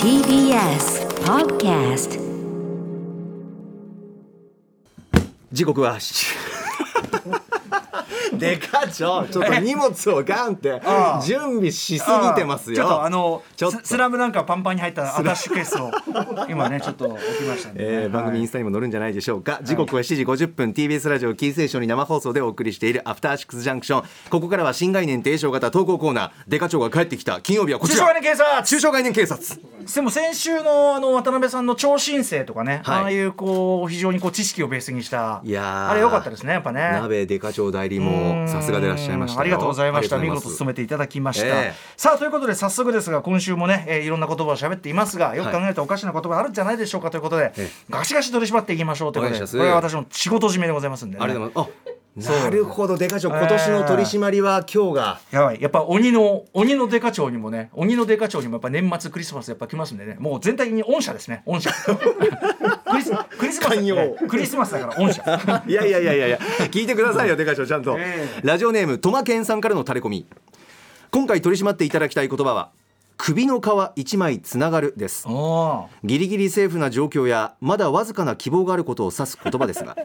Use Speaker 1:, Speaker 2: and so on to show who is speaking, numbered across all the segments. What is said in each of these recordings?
Speaker 1: TBS Podcast
Speaker 2: 時刻 はしでかちょ ちょっと荷物をガンって
Speaker 3: ああ
Speaker 2: 準備しすぎてますよ
Speaker 3: ちょっとあの
Speaker 2: ちょっと
Speaker 3: ススラムなんかパンパンに入ったアタッシュケース を今ねちょっと置きましたんでね、
Speaker 2: えー番組インスタにも載るんじゃないでしょうか、時刻は7時50分 TBS ラジオキーステーションに生放送でお送りしている「アフターシックスジャンクション」ここからは新概念提唱型投稿コーナーデカ長が帰ってきた金曜日はこ
Speaker 3: 中
Speaker 2: ち
Speaker 3: 小概
Speaker 2: ら
Speaker 3: 念警察
Speaker 2: 中小概念警察
Speaker 3: でも先週のあの渡辺さんの超新星とかね、
Speaker 2: はい
Speaker 3: ああいうこう非常にこう知識をベースにした
Speaker 2: いやー
Speaker 3: あれ良かったですねやっぱね
Speaker 2: 鍋デカ長代理もさすがでいらっしゃいましたよ
Speaker 3: ありがとうございました
Speaker 2: あり
Speaker 3: 見
Speaker 2: がとう
Speaker 3: 事
Speaker 2: ございます
Speaker 3: 務めていただきました、
Speaker 2: ええ
Speaker 3: さあということで早速ですが今週もね、えーいろんな言葉を喋っていますがよく考えるとおかしな言葉あるんじゃないでしょうかということで、ガシガシ取り締まっていきましょうということ
Speaker 2: お願いしま
Speaker 3: ですこれは私の仕事締めでございますんで、ね、
Speaker 2: ありがとうございますあなるほどデカ長今年の取り締まりは今日が
Speaker 3: やばいやっぱ鬼の鬼のデカ長にもね鬼のデカ長にもやっぱ年末クリスマスやっぱ来ますんでねもう全体に御社ですね 御社クリスクリスマス、
Speaker 2: 寛容
Speaker 3: ね、クリスマスだから御社
Speaker 2: いやいやいやいやいや聞いてくださいよデカ長ちゃんと、
Speaker 3: え
Speaker 2: ラジオネームトマケンさんからのタレコミ今回取り締まっていただきたい言葉は首の皮一枚つながるです
Speaker 3: お
Speaker 2: ギリギリセーフな状況やまだわずかな希望があることを指す言葉ですが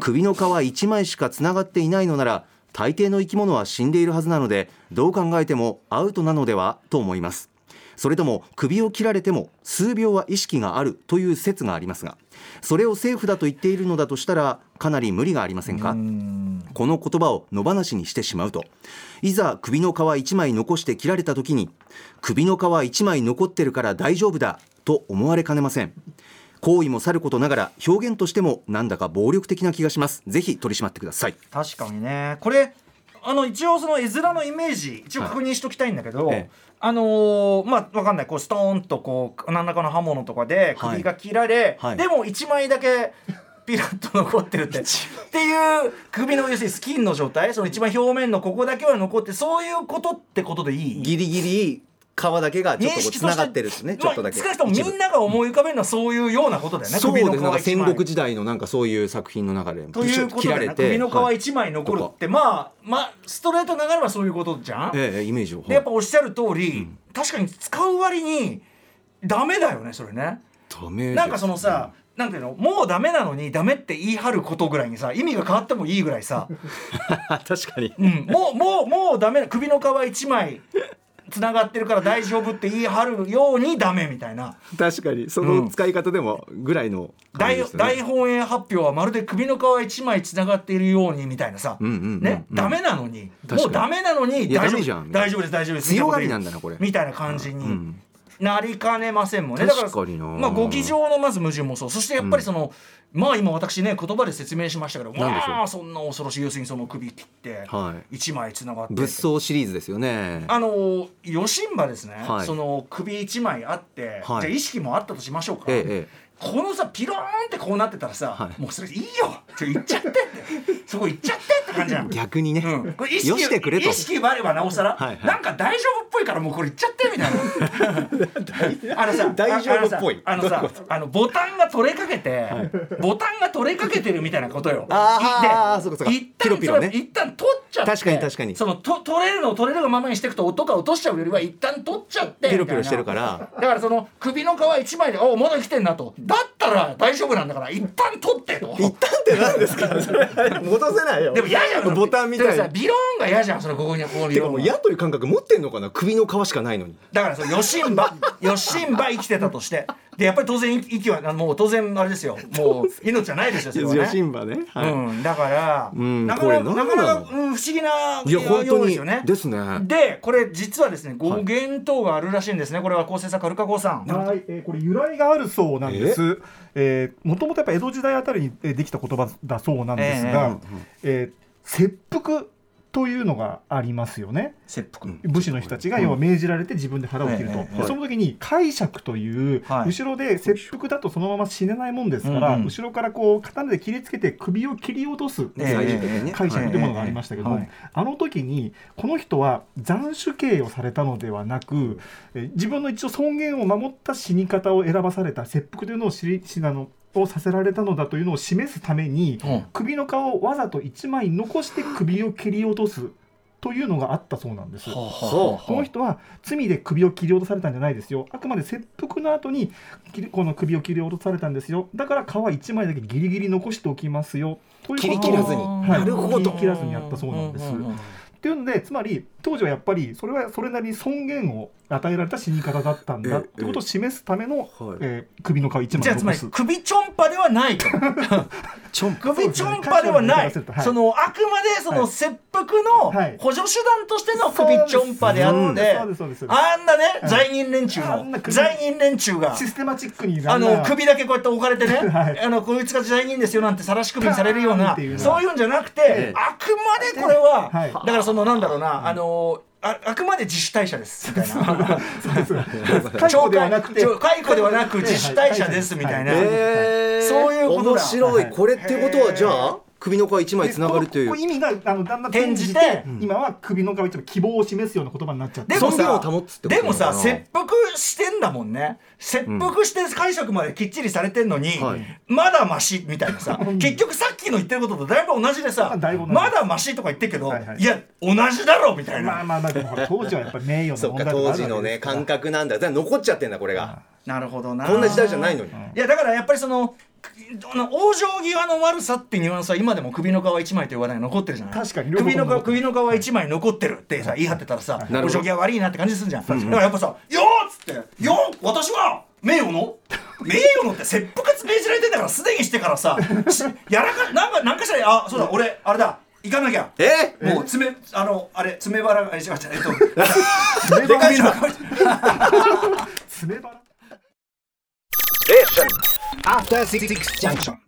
Speaker 2: 首の皮一枚しかつながっていないのなら大抵の生き物は死んでいるはずなのでどう考えてもアウトなのではと思いますそれとも首を切られても数秒は意識があるという説がありますがそれをセーフだと言っているのだとしたらかなり無理がありませんかこの言葉を野放しにしてしまうといざ首の皮一枚残して切られた時に首の皮一枚残ってるから大丈夫だと思われかねません行為もさることながら表現としてもなんだか暴力的な気がしますぜひ取り締まってください
Speaker 3: 確かにねこれあの一応その絵面のイメージ一応確認しときたいんだけど、
Speaker 2: はいええ
Speaker 3: あのーまあわかんないこうストーンとこう何らかの刃物とかで
Speaker 2: はい
Speaker 3: 首が切られ、
Speaker 2: はい
Speaker 3: でも1枚だけピラッと残ってる ってっていう首の要するにスキンの状態その一番表面のここだけは残ってそういうことってことでいい
Speaker 2: ギリギリ皮だけが
Speaker 3: 認識としてまあ少なくともみんなが思い浮かべるのはそういうようなことだよね、
Speaker 2: そうです
Speaker 3: 首
Speaker 2: なん
Speaker 3: の
Speaker 2: か
Speaker 3: 皮一
Speaker 2: 戦
Speaker 3: 枚
Speaker 2: 国時代のなんかそういう作品の中で
Speaker 3: ということ
Speaker 2: 切ら
Speaker 3: で
Speaker 2: れ
Speaker 3: ね
Speaker 2: て
Speaker 3: 首の
Speaker 2: はい
Speaker 3: 皮一枚残るって、まあまあストレート流れはそういうことじゃん、
Speaker 2: ええイメージを
Speaker 3: でやっぱおっしゃる通り、確かに使う割にダメだよねそれね。
Speaker 2: ダメ
Speaker 3: なんかそのさ、なんていうのもうダメなのにダメって言い張ることぐらいにさ意味が変わってもいいぐらいさ、
Speaker 2: あ 確かに
Speaker 3: うん、もうもうもうダメな首の皮一枚つながってるから大丈夫って言い張るようにダメみたいな。
Speaker 2: 確かにそ
Speaker 3: うん
Speaker 2: の使い方でもぐらいの感じ
Speaker 3: 大
Speaker 2: ですよね
Speaker 3: 大本営発表はまるで首の皮一枚つながっているようにみたいなさ、
Speaker 2: うんうんうんうん
Speaker 3: ね、ダメなのに
Speaker 2: 確かに
Speaker 3: もうダメなのに
Speaker 2: いやダ
Speaker 3: 大丈夫
Speaker 2: メじゃん
Speaker 3: 大丈夫です大丈夫です
Speaker 2: 強がりなんだなこれ
Speaker 3: みたいな感じ
Speaker 2: う
Speaker 3: に
Speaker 2: ん
Speaker 3: なりかねませんもんね、だか
Speaker 2: 確からにな
Speaker 3: まあご機情のまず矛盾もそうそしてやっぱりその、まあ今私ね言葉で説明しましたけど
Speaker 2: なんでしょう
Speaker 3: まあそんな恐ろしい要するにその首切って
Speaker 2: は
Speaker 3: 一枚つながって
Speaker 2: 物騒シリーズですよね
Speaker 3: あの余震場ですね、
Speaker 2: はい
Speaker 3: その首一枚あって、
Speaker 2: はい
Speaker 3: じゃあ意識もあったとしましょうか、
Speaker 2: えええ
Speaker 3: このさピローンってこうなってたらさ、
Speaker 2: はい
Speaker 3: もうそれいいよって言っちゃってってそこ行っちゃってって感じなの。
Speaker 2: 逆にね、
Speaker 3: うん、これ意識
Speaker 2: よしてくれと
Speaker 3: 意識があればなおさら、
Speaker 2: はいはい
Speaker 3: なんか大丈夫っぽいからもうこれいっちゃってみた いなあのさ
Speaker 2: 大丈夫っぽい
Speaker 3: あのさあのさあのボタンが取れかけて、ボタンが取れかけてるみたいなことよ
Speaker 2: あー
Speaker 3: で
Speaker 2: そうかそうか
Speaker 3: 一
Speaker 2: ピ
Speaker 3: 旦
Speaker 2: ロピロね
Speaker 3: それ一旦取っちゃって
Speaker 2: 確かに確かに
Speaker 3: そのと取れるのを取れるがままにしていくと音が落としちゃうよりは一旦取っちゃって
Speaker 2: ピロ
Speaker 3: み
Speaker 2: ピ
Speaker 3: た
Speaker 2: ロ
Speaker 3: いな
Speaker 2: してるから
Speaker 3: だからその首の皮一枚で「おおまだ来てんな」と「だったら大丈夫なんだから一旦取って」と。
Speaker 2: 一旦って何ですかそれ 戻せないよ
Speaker 3: でも嫌じゃん
Speaker 2: ボタンみたい
Speaker 3: でも
Speaker 2: な
Speaker 3: さビローンが嫌じゃんそのここにここに
Speaker 2: てかもう
Speaker 3: ビローン
Speaker 2: 嫌という感覚持ってんのかな首の皮しかないのに
Speaker 3: だからその余震場余震場生きてたとしてでやっぱり当然息息はあのもう当然あれですよもう命じゃないですよそれはね
Speaker 2: 余震場ね、はい
Speaker 3: うん、だから、
Speaker 2: うん
Speaker 3: なかなか
Speaker 2: これ
Speaker 3: な
Speaker 2: 何
Speaker 3: か
Speaker 2: なの
Speaker 3: なか、うん、不思議ない
Speaker 2: や本
Speaker 3: よ
Speaker 2: 当
Speaker 3: う
Speaker 2: に
Speaker 3: ですよね。
Speaker 2: ですね
Speaker 3: でこれ実はですね語源等があるらしいんですねこれは構成作家ルカゴさん。
Speaker 4: はい、えーこれ由来があるそうなんです。えー、もともとやっぱ江戸時代あたりにえーできた言葉だそうなんです
Speaker 3: え
Speaker 4: が、えー切腹というのがありますよね。
Speaker 3: 切腹
Speaker 4: 武士の人たちが要は命じられて自分で腹を切る
Speaker 3: え
Speaker 4: と、
Speaker 3: えええ
Speaker 4: でその時に解釈という、
Speaker 3: はい
Speaker 4: 後ろで切腹だとそのまま死ねないもんですから、
Speaker 3: うんうん
Speaker 4: 後ろからこう刀で切りつけて首を切り落とす、
Speaker 3: ええ
Speaker 2: 最終的にね
Speaker 4: 解釈というものがありましたけども、
Speaker 3: はい
Speaker 4: あの時にこの人は斬首刑をされたのではなくえ自分の一応尊厳を守った死に方を選ばされた切腹というのを知りしあのをさせられたのだというのを示すために、
Speaker 3: うん
Speaker 4: 首の皮をわざと1枚残して首を切り落とすというのがあったそうなんです。
Speaker 3: はあはあはあ
Speaker 4: この人は罪で首を切り落とされたんじゃないですよあくまで切腹の後に切りこの首を切り落とされたんですよだから皮一枚だけギリギリ残しておきますよということ
Speaker 2: 切り
Speaker 4: を
Speaker 2: 切らずに
Speaker 4: はい
Speaker 3: なるほど
Speaker 4: 切り切らずにやったそうなんです。
Speaker 3: うん
Speaker 4: っていうのでつまり当時はやっぱりそれはそれなりに尊厳を与えられた死に方だったんだ
Speaker 2: ええ
Speaker 4: ってことを示すための、え
Speaker 2: はい
Speaker 4: ー首の皮一
Speaker 3: じゃあ
Speaker 4: 枚
Speaker 3: つま
Speaker 4: 残
Speaker 3: り
Speaker 4: す。
Speaker 3: 首ちょんぱではない と
Speaker 2: ちょん
Speaker 3: 首ちょんぱではない
Speaker 4: そうですね
Speaker 3: そのあくまでその
Speaker 4: はい
Speaker 3: 切腹
Speaker 4: は
Speaker 3: の
Speaker 4: い
Speaker 3: 補助手段としての首ちょんぱであ
Speaker 4: そう
Speaker 3: っ
Speaker 4: で
Speaker 3: て
Speaker 4: すそうですそうですそうです
Speaker 3: あんなね
Speaker 4: はい
Speaker 3: 罪人連中
Speaker 4: あんな
Speaker 3: の
Speaker 4: 首
Speaker 3: 罪人連中 が
Speaker 4: システマチックに
Speaker 3: あ
Speaker 4: なん
Speaker 3: の
Speaker 4: な
Speaker 3: 首だけこうやって置かれてね、
Speaker 4: はい
Speaker 3: あのこいつが罪人ですよなんて晒し首にされるよう
Speaker 4: パーン
Speaker 3: な
Speaker 4: っていうような
Speaker 3: そういうんじゃなくて、
Speaker 2: ええ
Speaker 3: あくまでこれは、
Speaker 4: はい
Speaker 3: だからそのなんだろうな、あのああくまで自主退社ですみたいな
Speaker 4: そうです 解雇ではなくて
Speaker 3: ちょ解雇ではなく自主退社ですみたいな
Speaker 4: は
Speaker 2: えー、
Speaker 3: そういうことだ
Speaker 2: 面白
Speaker 4: はい
Speaker 2: い
Speaker 4: はい
Speaker 2: これってこと
Speaker 3: へ
Speaker 2: は
Speaker 3: ー
Speaker 2: じゃあ首の皮一枚つながるとい
Speaker 4: ここ
Speaker 2: う
Speaker 4: 意味があのだんだん
Speaker 3: 転
Speaker 4: 転
Speaker 3: じ
Speaker 4: じ
Speaker 3: て
Speaker 4: て、今は首の皮一枚希望を示すような言葉になっちゃって
Speaker 3: でも
Speaker 2: 尊厳
Speaker 3: さ
Speaker 2: を保つってことな
Speaker 3: で
Speaker 2: の
Speaker 3: も
Speaker 2: かな
Speaker 3: さ切腹してんだもんね切腹して解釈まできっちりされてんのに、
Speaker 2: はい
Speaker 3: まだマシみたい なさ結局さっきの言ってることとだいぶ同じでさ
Speaker 4: だいぶ同じ
Speaker 3: まだマシとか言ってるけど、
Speaker 4: はいいはい
Speaker 3: や同じだろみたいな、
Speaker 4: まあまあまあでもほら当時はやっぱり名誉
Speaker 2: そ
Speaker 4: の
Speaker 2: っか
Speaker 4: 問題とか
Speaker 2: 当
Speaker 4: ある
Speaker 2: 時の
Speaker 4: わけ
Speaker 2: ね
Speaker 4: ですから
Speaker 2: 感覚なんだだから残っちゃってんだこれが
Speaker 3: なるほどな
Speaker 2: こんな時代じゃないのに
Speaker 3: いやだからやっぱりそのくあの往生際の悪さっていうニュアンスは今でも首の皮一枚という話題が残ってるじゃない
Speaker 4: 確かに
Speaker 3: 首の皮
Speaker 4: 両方と
Speaker 3: 首の皮一枚残ってるってさ言い張ってたらさ
Speaker 2: なるほど
Speaker 3: 往生際悪いなって感じするじゃんだからやっぱさ「よーっつって「よー私は名誉の名誉のって切腹つ命じられてんだからすでにしてからさしやらかなんかなんかしたらあそうだ俺あれだ行かなきゃ
Speaker 2: え
Speaker 3: もう爪あのあれ爪腹がえ違う違うえっと
Speaker 4: 爪
Speaker 3: で
Speaker 4: 腹
Speaker 3: かいな
Speaker 4: 爪腹
Speaker 5: After Six Junction.